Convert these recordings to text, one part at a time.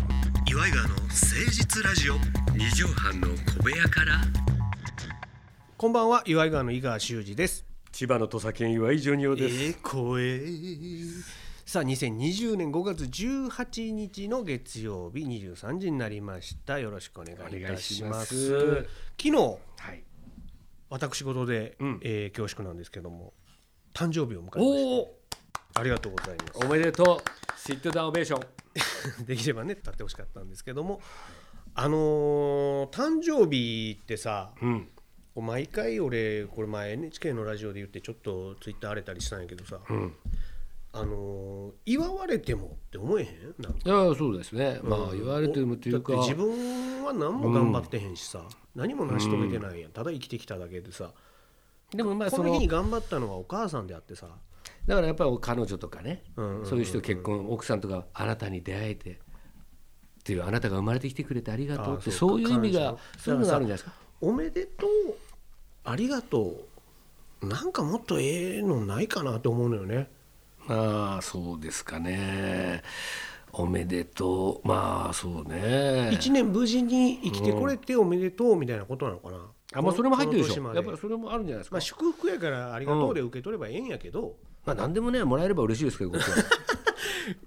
イガーの誠実ラジオ二畳半の小部屋からこんばんは、岩井川の井川修司です。千葉の土佐県岩井ジョニオえです、ー、声。さあ、2020年5月18日の月曜日23時になりました。よろしくお願いいたします。お願いしま昨す日、はい、私事で、うんえー恐縮なんですけども、誕生日を迎えましおおた。ありがとうございまおめでとうシットダウンオベーションす。できればね、立ってほしかったんですけども、あのー誕生日ってさ、うんこう毎回俺これ前 NHK のラジオで言ってちょっとツイッター荒れたりしたんやけどさ、んあのー祝われてもって思えへんなんかいやそうですねまあ言われてもというかだって自分は何も頑張ってへんしさ、何も成し遂げてないやんただ生きてきただけでさでもまあこそのの日に頑張ったのはお母さんであってさだからやっぱり彼女とかね、うんうんうんそういう人結婚奥さんとかあなたに出会えてっていうあなたが生まれてきてくれてありがとうってあーそそううかいう意感味謝がのそういうのがあるんじゃないですかおめでとうありがとうなんかもっとええのないかなと思うのよねああそうですかねおめでとうまあそうね一年無事に生きてこれておめでとうみたいなことなのかな、あまあそれも入ってるでしこの年まょやっぱりそれもあるんじゃないですか、まあ、祝福やからありがとうで受け取ればええんやけど、まあ、何でもねもらえれば嬉しいですけどこっち は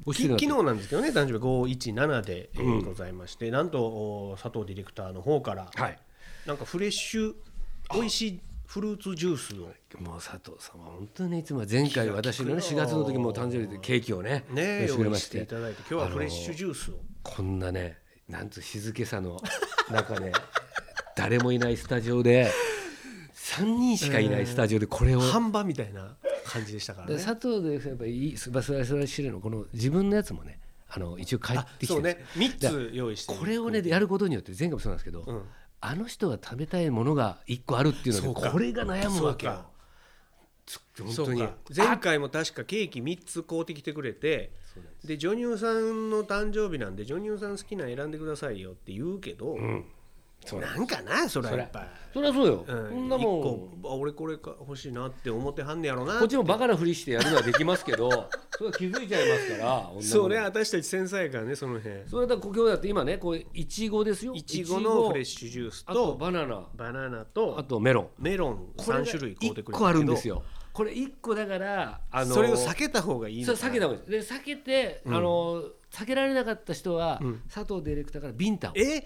欲きしいなっ昨日てなんですけどね誕生日517で、えーございましてなんとお佐藤ディレクターの方から、はいなんかフレッシュ美味しいフルーツジュースをもう佐藤さんは本当にねいつも前回私のね4月の時も誕生日でケーキをねね用意してくれ用ま意ししてていただいて今日はフレッシュジュースを、こんなねなんと静けさの中ね 誰もいないスタジオで3人しかいないスタジオでこれを、半端みたいな感じでしたからでね佐藤でやっぱいいすばすばすばしいのこの自分のやつもねあの一応帰っあてきそてうるね3つ用意してこれをねやることによって前回もそうなんですけど、うんあの人が食べたいものが1個あるっていうそのうでかこれが悩むわけそようか本そう当にか前回も確かケーキ3つ買うてきてくれてでジョニオさんの誕生日なんでジョニオさん好きなの選んでくださいよって言うけど、そうなんかなそれはやっぱそれはそうよ、り、うん、そんなもんこ一個あ俺これか欲しいなって思ってはんねやろなっちもバカなふりしてやるのはできますけど それは気づいちゃいますから女の子そうね私たち繊細やからねその辺それだ故郷だって今ねこういちごですよいちごのフレッシュジュースあととバナナバナナあととメロンメロン3種類買うて1くれたけど個あるんですよこれ1個だからあのそれを避けた方がいいそのれかな避けた方がいいですで避けて、あの避けられなかった人は、佐藤ディレクターからビンタをえ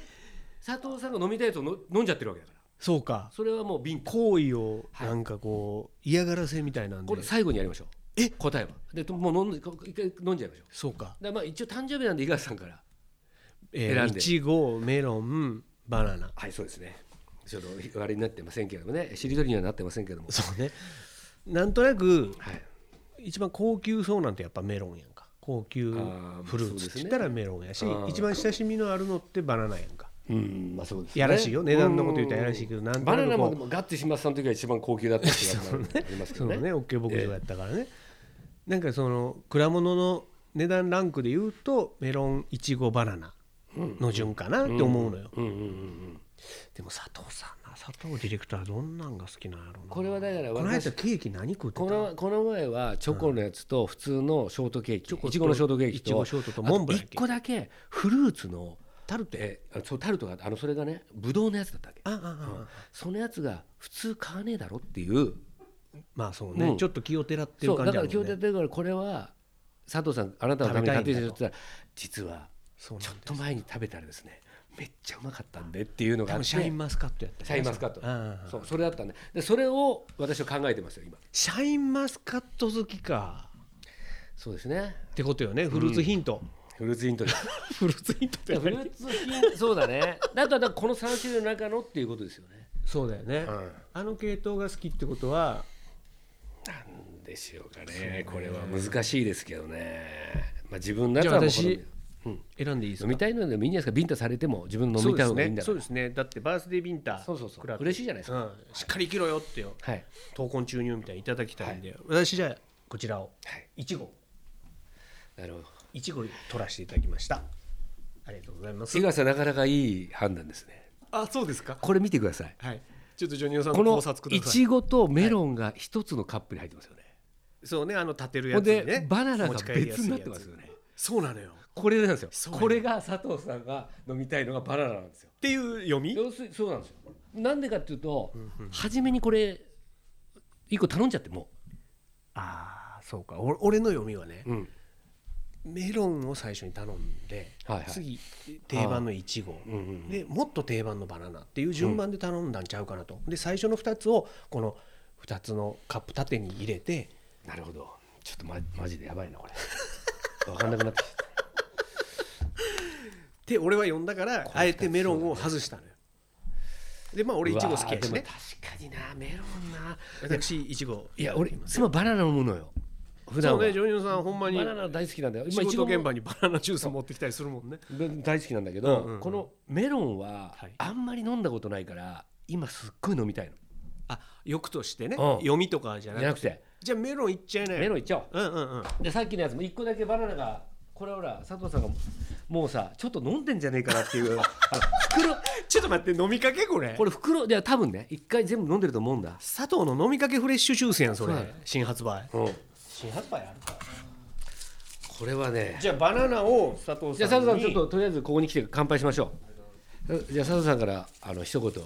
佐藤さんが飲みたいやつをの飲んじゃってるわけだからそうかそれはもうビンタ行為をなんかこう嫌がらせみたいなんでこれ最後にやりましょうえ答えはでもう飲んでこ一回飲んじゃいましょうそうかでまあ一応誕生日なんで井川さんからえ選ー、んいでちごメロンバナナはいそうですねちょっとあれになってませんけどもねしりとりにはなってませんけどもそうねなんとなくはい一番高級そうなんてやっぱメロンやんか高級ーフルーそうですツねって言ったらメロンやし、あー一番親しみのあるのってバナナやんかうんまあそうですねやらしいよ値段のこと言ったらやらしいけどうんなんとなくバナナもこうでもガッてしまさんの時が一番高級だったっていうのがありますけそどのねね OK 牧場やったからね、なんかその蔵物の値段ランクで言うとメロンいちごバナナの順かなって思うのよ、うんうんうんうんでも佐藤さんな佐藤ディレクターどんなんが好きなんやろうなこれはだからこの間私ケーキ何食うてたこのこの前はチョコのやつと普通のショートケーキ、ョコといちごのショートケーキといちごショートとモンブランあと一個だけフルーツのタルトえあそうタルトがあってあのそれがねブドウのやつだったわけああああそのやつが普通買わねえだろっていうまあそうね、うんちょっと気をてらってそるう感だじかやらもんね今日出てるからこれは佐藤さんあなたのために買ってきて食べたいんだとるって言ったら実はそうなんちだょっと前に食べたらですねめっちゃうまかったんでっていうのが多あっ分てシャインマスカットやったよねシャインマスカットああああそうそれだったんででそれを私は考えてますよ今シャインマスカット好きかそうですねってことよねフルーツヒント、フルーツイントですフルーツヒントっ いやフルーツ品そうだ ねだからだからこの3種類の中のっていうことですよねそうだよね、うんあの系統が好きってことはなんでしょうかねこれは難しいですけどね、まあ、自分のやじつゃあはもう好み私選んでいいですか飲みたいのでもいいんじゃないですかビンタされても自分の飲みたいのがいいんだかそうらですねそうですねだってバースデービンタそうそうそう食らって嬉しいじゃないですかうん、しっかり生きろよってよはい、闘魂注入みたいにいただきたいんで、私じゃあこちらをはい、いちごなるほどいちご取らせていただきましたありがとうございます井川さんなかなかいい判断ですねあそうですかこれ見てくださいはいちょっとジョニオさんこのの考察くだいさいちごとメロンが一つのカップに入ってますよね、そうねあの立てるほやんつにでねバナナが持ち帰りや別すいやになつってますよねそうなのよっこれなんですよそうこれが佐藤さんが飲みたいのがバナナなんですよていう読み要するにそうなんですよなんでかっていうと、初めにこれ一個頼んじゃってもああそうかお俺の読みはねう、うん、メロンを最初に頼んで、はいはい次定番のいちごうんうんでもっと定番のバナナっていう順番で頼んだんちゃうかなと、で最初の2つをこの2つのカップ縦に入れてなるほどちょっとまマジでやばいなこれ わかんなくなってきたで俺は呼んだからあえてメロンを外したのよでまあ俺いちご好きやしうわーでねも確かになメロンな私いちごいや俺妻バナナ飲むのよ普そ段うは、ねジョニオさんほんまにバナナ大好きなんだよ仕事イチゴも現場にバナナジュース持ってきたりするもんね大好きなんだけうど、んうんうんこのメロンははいあんまり飲んだことないから今すっごい飲みたいのあ欲としてねうん読みとかじゃじゃななくくててじゃあメロンいっちゃいなよメロンいっちゃおうんうんうんうでさっきのやつも1個だけバナナがこれはほら佐藤さんがもうさちょっと飲んでんじゃねえかなっていう あの袋ちょっと待って飲みかけこれこれ袋では多分ね一回全部飲んでると思うんだ佐藤の飲みかけフレッシュジュースやんそれそうなの新発売うん新発売あるかこれはねじゃあバナナを佐藤さんにじゃあ佐藤さんちょっととりあえずここに来て乾杯しましょうじゃあ佐藤さんからあの一言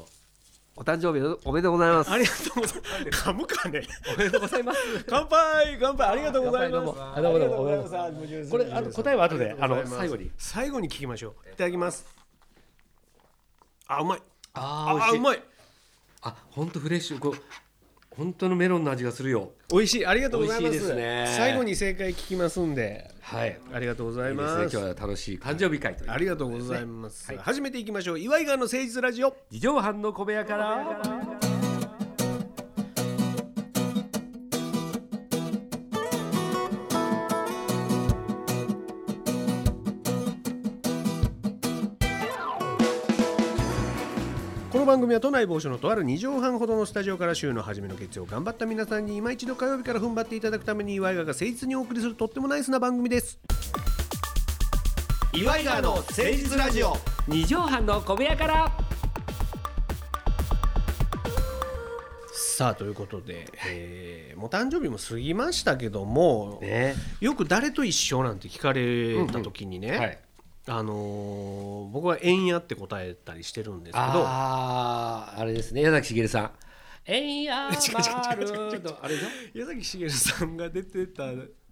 お誕生日おめでとうございますありがとうございます噛むかねおめでとうございます 乾杯乾杯ありがとうございますあどうもどうもありがとうございますこれあの答えは後であの最後に最後に聞きましょういただきますあうまいああうまいあ本当フレッシュこう本当のメロンの味がするよ美味しいありがとうございます美味しいですね最後に正解聞きますんではいありがとうございいいですまねす今日は楽しい誕生日会というありがとうございます、始めていきましょう岩井川の誠実ラジオ二畳半の小部屋からこの番組は都内某所のとある2畳半ほどのスタジオから週の初めの月曜頑張った皆さんに今一度火曜日から踏ん張っていただくために岩井川が誠実にお送りするとってもナイスな番組です岩井川の誠実ラジオ二畳半の小部屋からさあということで、えーもう誕生日も過ぎましたけども、ねよく誰と一緒なんて聞かれた時にね、はいあのー僕は縁屋って答えたりしてるんですけどあああれですね矢崎しげるさんえいや違まう違う違う違う違るうとあれでしょ矢崎しげるさんが出てた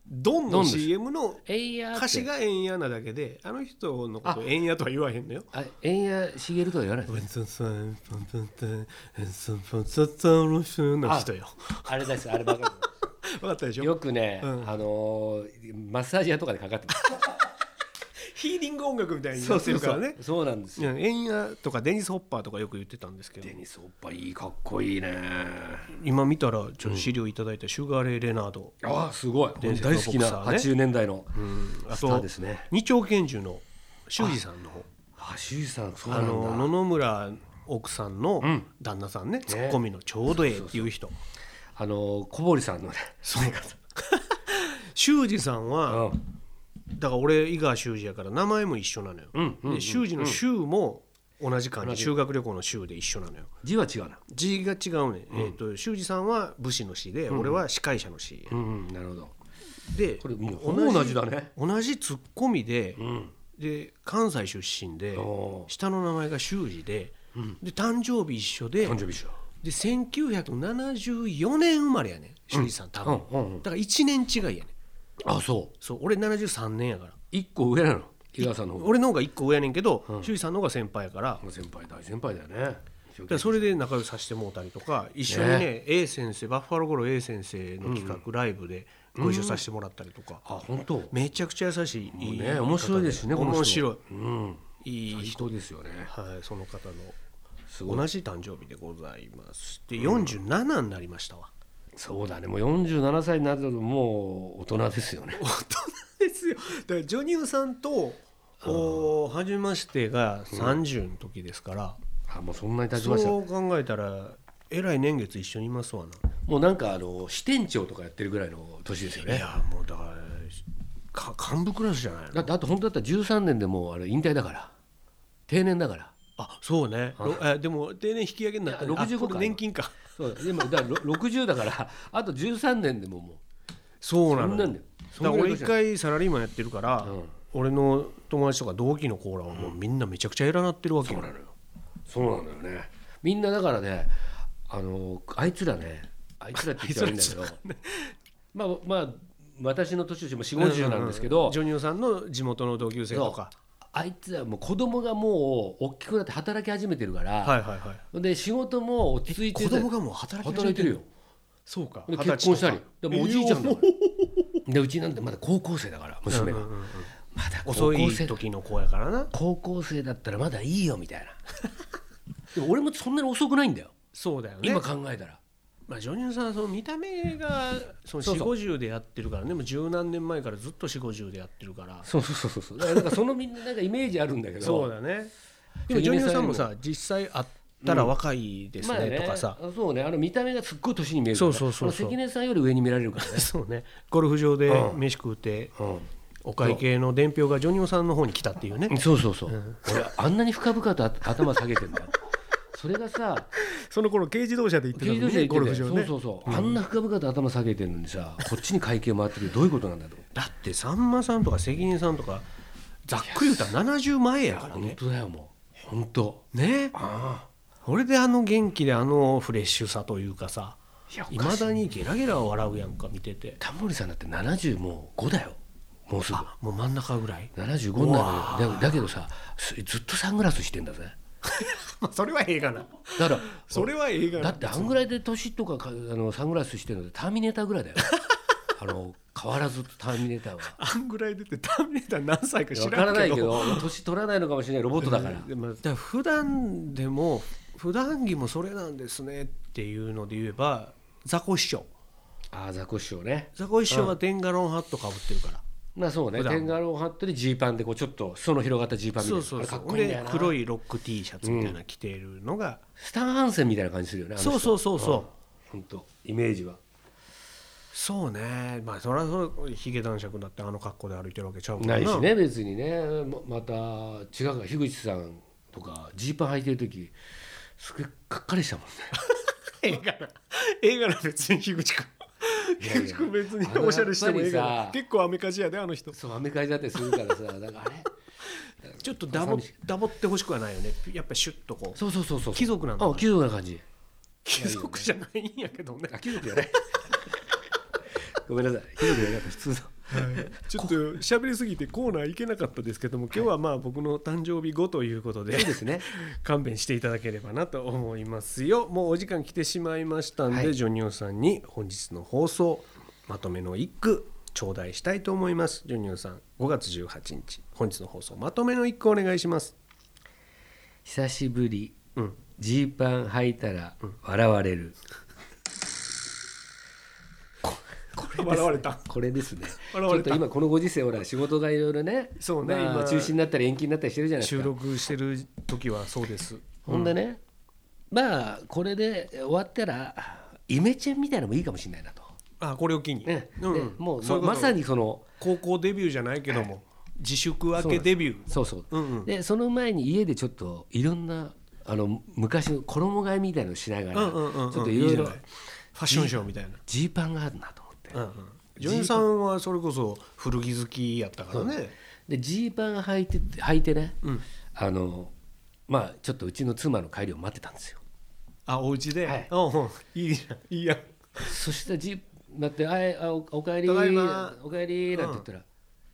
ドンドンのです CM のえいやーって歌詞が縁屋なだけであの人のことあ縁屋とは言わへんのよ。あえいやしげるとは言わないの人よ。 あれですあればか分かったでしょよくね、うんあのーマッサージ屋とかでかかってますヒーリング音楽みたいになってるからね。そうなんですようん縁屋とかデニス・ホッパーとかよく言ってたんですけどデニスおっぱいいかっこいいね今見たらちょっと資料いただいたシュガーレイ・レナード、ああすごい伝説の大好きボなクサーね80年代のうんあスターとですね二丁拳銃の修二さんの方あ修二さんそうあなんだの野々村奥さんの旦那さんね、ツッコミのちょうどええっていう人あの小堀さんのねそう 修二さんは、うんだから俺井川修二やから名前も一緒なのよ、んうんうんで修二の修も同じ感じ修学旅行の修で一緒なのよ字は違うな字が違うね、えっと修二さんは武士の士で、俺は司会者の士うんうんなるほどでこれもうほぼ同じだね同じツッコミで、んで関西出身でおー下の名前が修二で、で誕生日一緒で誕生日一緒で1974年生まれやね修二さん多分、うんうんうんだから1年違いやねあそうそう俺73年やから一個上なの井川さんの方が俺の方が1個上やねんけど、修二さんの方が先輩やからだか先輩大先輩だよねらそれで仲良くさせてもうたりとか一緒にね A 先生バッファローゴロ A 先生の企画、ライブでご一緒させてもらったりとか、あ本当めちゃくちゃ優しいいい方ね面白いですしねこの人面白いうんいいいい人人ですよねはいその方のすごい同じ誕生日でございまして47になりましたわ、そうだねもう47歳になるともう大人ですよね大人ですよだからジョニオさんとお初めましてが30の時ですから、あもうそんなに経ちましたそう考えたらえらい年月一緒にいますわなもうなんかあの支店長とかやってるぐらいの年ですよいねやもうだからか幹部クラスじゃないだのってあと本当だったら13年でもうあれ引退だから定年だからあそうねろえでも定年引き上げになったねいや65あこれか年金かそうだ今だからろ60だからあと13年でももうそうそなのんなんだよんだぐから俺い一の年だ回サラリーマンやってるから、うん俺の友達とか同期のコーラはもうみんなめちゃくちゃ偉なってるわけよ、そうなのよそうなのよねみんなだからねあのあいつらね あいつらって言っちゃ悪いんだけどまあまあ私の年よりも4 5 0なんですけど、ジョニオさんの地元の同級生とかあいつらもう子供がもう大きくなって働き始めてるから、はいはいはいで仕事も落ち着いて子て供がもう働き始働めいてるよそうかで結婚したりでもうおじいちゃんだもからでうちなんてまだ高校生だから娘が、まだ高遅校い生時の子やからな高校生だったらまだいいよみたいな でも俺もそんなに遅くないんだよそうだよね今考えたらまあ、ジョニオさんはその見た目がそのそう4そう五5 0でやってるからねもう十何年前からずっと4 5 0でやってるからそうそうそうそうだからなんかそのみんななんかイメージあるんだけどそうだねでもジョニオさんもさ実際会ったら若いですまあねとかさ、そうねあの見た目がすっごい年に見えるからそうそうそうそうあの関根さんより上に見られるから ねそうねゴルフ場でうん飯食うて、うんお会計の伝票がジョニオさんの方に来たっていうね、そうそうそう、俺あんなに深々と頭下げてんだよそれ がさその頃軽自動車で行ってた軽の自に動車ね行ゴルってフ場て、そうねそうそう、あんな深々と頭下げてんのにさこっちに会計回ってるどういうことなんだとだってさんまさんとか関根さんとかざっくり言うたら70前やから本ね当だよもう本当ねこれであの元気であのフレッシュさというかさいやいまだにゲラゲラ笑うやんか見ててタモリさんだって70もう5だよもうすぐあもう真ん中ぐらい75になるよだだけどさすずっとサングラスしてんだぜ それは映画なだからそれは映画だってあんぐらいで年とかかあのサングラスしてるのでターミネーターぐらい だよあの変わらずターミネーターはあんぐらい出てターミネーター何歳かわからないけど年取らないのかもしれないロボットだから、でもだから普段でも普段着もそれなんですねっていうので言えばザコ師匠ああザコシショウねザコ師匠はテンガロンハットかぶってるから、まあそうね普段テンガロンハットにジーパンでこうちょっと裾の広がったジーパンみたいそなうそうそあれかっうこいいんだでよな黒いロック T シャツみたいなの着ているのが、スタン・ハンセンみたいな感じするよねそうそうそうそう本当イメージはそうねまあそりゃそうヒゲ男爵だってあの格好で歩いてるわけちゃうもんないしね別にねままた違うから樋口さんとかジーパン履いてる時すげえがっかりした もんね映画な映画な別に樋口君いやいや樋口君別にあのおしゃれしても映画やっなぱりさ結構アメカジやであの人そうアメカジだったりするからさだからあれちょっとダボダボってほしくはないよねやっぱシュッとこうそうそうそうそう貴族なんだあ貴族な感じ貴族じゃないんやけどねあ貴族じゃない ごめんなさい貴族じゃなかった普通のちょっと喋りすぎてコーナー行けなかったですけども今日はまあ僕の誕生日後ということでそうですね勘弁していただければなと思いますよもうお時間来てしまいましたんで、はいジョニオさんに本日の放送まとめの一句頂戴したいと思いますジョニオさん5月18日本日の放送まとめの一句お願いします久しぶりうんジーパン履いたら笑われる、これ笑われたこれですねち笑わょっれたと今このご時世ほら仕事がいろいろねそうねまあ今中止になったり延期になったりしてるじゃないです収か録してる時はそうですほんでね、まあこれで終わったらイメチェンみたいなのもいいかもしれないなと、あこれを機に、ねうんでもうそいことままさにその高校デビューじゃないけども、自粛明けデビューそうそう、うんうんでその前に家でちょっといろんなあの昔の衣替えみたいのをしながら、うんうんうんうんちょっといろいいじゃろないファッションショーみたいなジーパンがあるなと思って、うんうんジョニオさんはそれこそ古着好きやったからねでジーパン履いて履いてね、あのまあちょっとうちの妻の帰りを待ってたん ですよあお家で、はいうんうんいいじゃんいいやんそしたらジーだって「あいあおおかえり」ただいまおかえり」なんて言ったら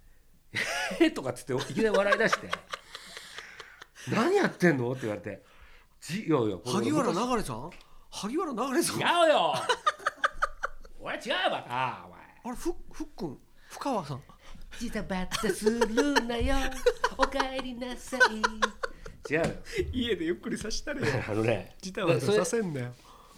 「えーとかっつっていきなり笑い出して「 何やってんの?」って言われて「じいやいやこれ萩原流れさん萩原流れさんあ違う よ俺違うわなお前れふふっくん深川さんジタバタする なよおかえりなさい」違うよ家でゆっくりさした れよあのね自体はそれさせんなよ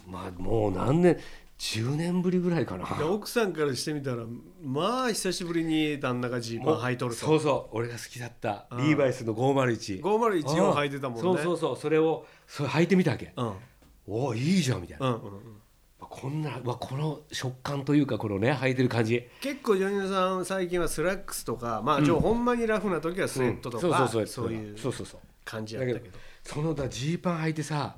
まあもう何年10年ぶりぐらいかな奥さんからしてみたらまあ久しぶりに旦那がジーパン履いとるそうとそう俺が好きだったリーバイスの501 501を履いてたもんねそうそうそうそれをそれ履いてみたわけうんうんおおいいじゃんみたいな、うんうんこんなうわこの食感というかこのね履いてる感じ結構ジョニオさん最近はスラックスとかまあ、ちょほんまにラフな時はスウェットとか、うんそうそうそういうそうそうそう感じやっだけたどけどそのだジーパン履いてさ、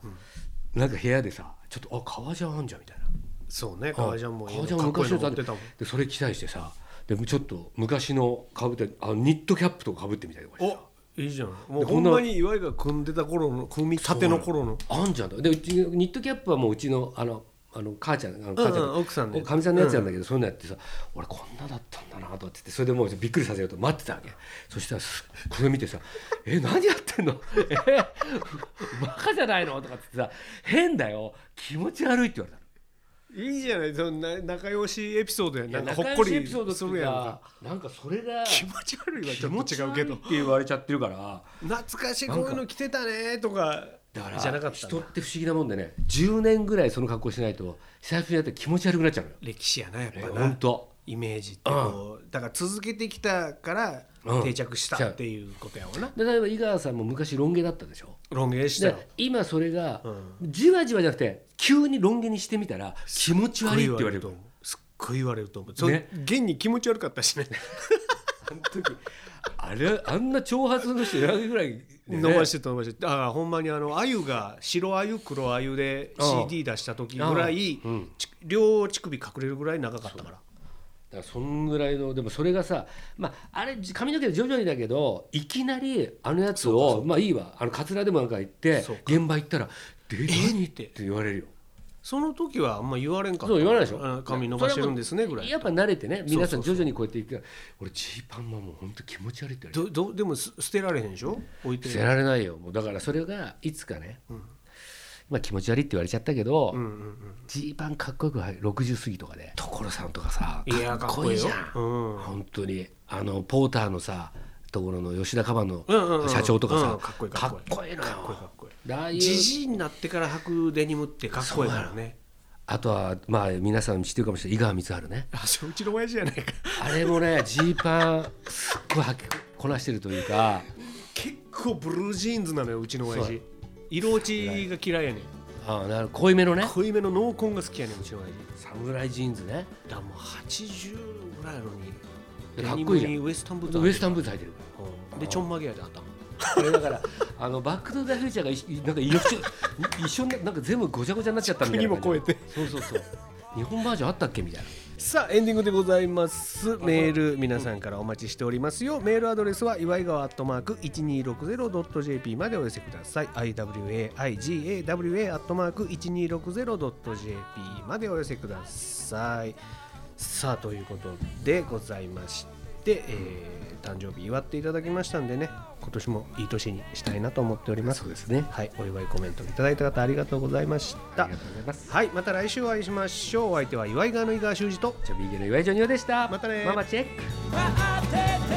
なんか部屋でさちょっとあ革ジャンあんじゃんみたいなそうね革ジャンもいいの革ジャンかっこい昔いのの持だってたもんでそれ期待してさでちょっと昔のかぶってあのニットキャップとかかぶってみたりとかしておいいじゃんもうでこほんんなまに岩井が組んでた頃の組み立ての頃のあんじゃんとでうちニットキャップはもううちのあのあの母ちゃんあの母ちゃんうんうん奥さんねおかみさんのやつなんだけど、そういうのやってさ俺こんなだったんだなとかって言ってそれでもうびっくりさせようと待ってたわけそしたらすこれ見てさ「え何やってんのえバカじゃないの?」とかって言ってさ「変だよ気持ち悪い」って言われたの。いいじゃないそんな仲良しエピソードやんなんかほっ仲こ良しエりピソードってすいうるやんかかなんかそれが気持ち悪いはちょっと違うけ気持ち悪いどって言われちゃってるから懐かしいこういうの着てたねとかだからじゃなかったん人だって不思議なもんでね10年ぐらいその格好しないと久々にやって気持ち悪くなっちゃうのよ歴史やなやっぱえな本当イメージってこう、だから続けてきたからうん定着したっていうことやわな、で例えば井川さんも昔ロン毛だったでしょロン毛したでよ今それがじわじわじゃなくて急にロン毛にしてみたら気持ち悪いって言われるすっごい言われると思うすっごい言われるねと思う、ね、現に気持ち悪かったしねあの時あれあんな長髪の人やるぐらいでね、伸ばしてた伸ばしてただからほんまにあの鮎が白鮎黒鮎でああ CD 出した時ぐらい、ああうんち両乳首隠れるぐらい長かったからだからそんぐらいのでもそれがさ、まあ、あれ髪の毛で徐々にだけどいきなりあのやつそうかそをまあいいわあのカツラでもなんか行ってそうか現場行ったら「で何?」って言われるよ。その時はあんま言われんかったそう言わないでしょうん髪伸ばしてるんですねぐらいやっぱ慣れてね皆さん徐々にこうやっていくから俺ジーパンはもう本当気持ち悪いって言われるどどでもす捨てられへんでしょ置いて捨てられないよもうだからそれがいつかね、まあ気持ち悪いって言われちゃったけどうんうんジーパンかっこよくはい60過ぎとかで所さんとかさうんいやかっこいいじゃんかっこいいようん本当にあのポーターのさところの吉田カバンのうんうんうん社長とかさ、うんかっこいいかかっっこいいこいいのよかっこいいかっこいいああいうじじいになってから履くデニムってかっこいいからねあとはまあ皆さん知ってるかもしれない井川光晴ねあそううちの親父じゃないかあれも ねジーパンすっごい履きこなしてるというか結構ブルージーンズなのようちの親そう父色落ちが嫌いやねんああなる濃いめのね濃いめの濃紺が好きやねんうちの親父侍ジーンズねだからもう80ぐらいなのにでデかっニこムいいじゃんにウエスタンブーツウエスタンンブーツ履いてるから。でちょんまげやで頭これだからあのバック・トゥ・ザ・フューチャーが一緒なんか一緒一緒にななんか全部ごちゃごちゃになっちゃったみたいな感じ国も超えてそうそうそう日本バージョンあったっけみたいなさあエンディングでございますメール皆さんからお待ちしておりますよメールアドレスは岩井川アットマーク 1260.jp までお寄せください iwaigawa アットマーク 1260.jp までお寄せくださいさあということでございまして、えー誕生日祝っていただきましたんでね今年もいい年にしたいなと思っておりますそうですねはいお祝いコメントいただいた方ありがとうございましたありがとうございますはいまた来週お会いしましょうお相手は岩井川の井川修司とじゃあ BK の岩井ジョニオでしたまたねママチェック I'll take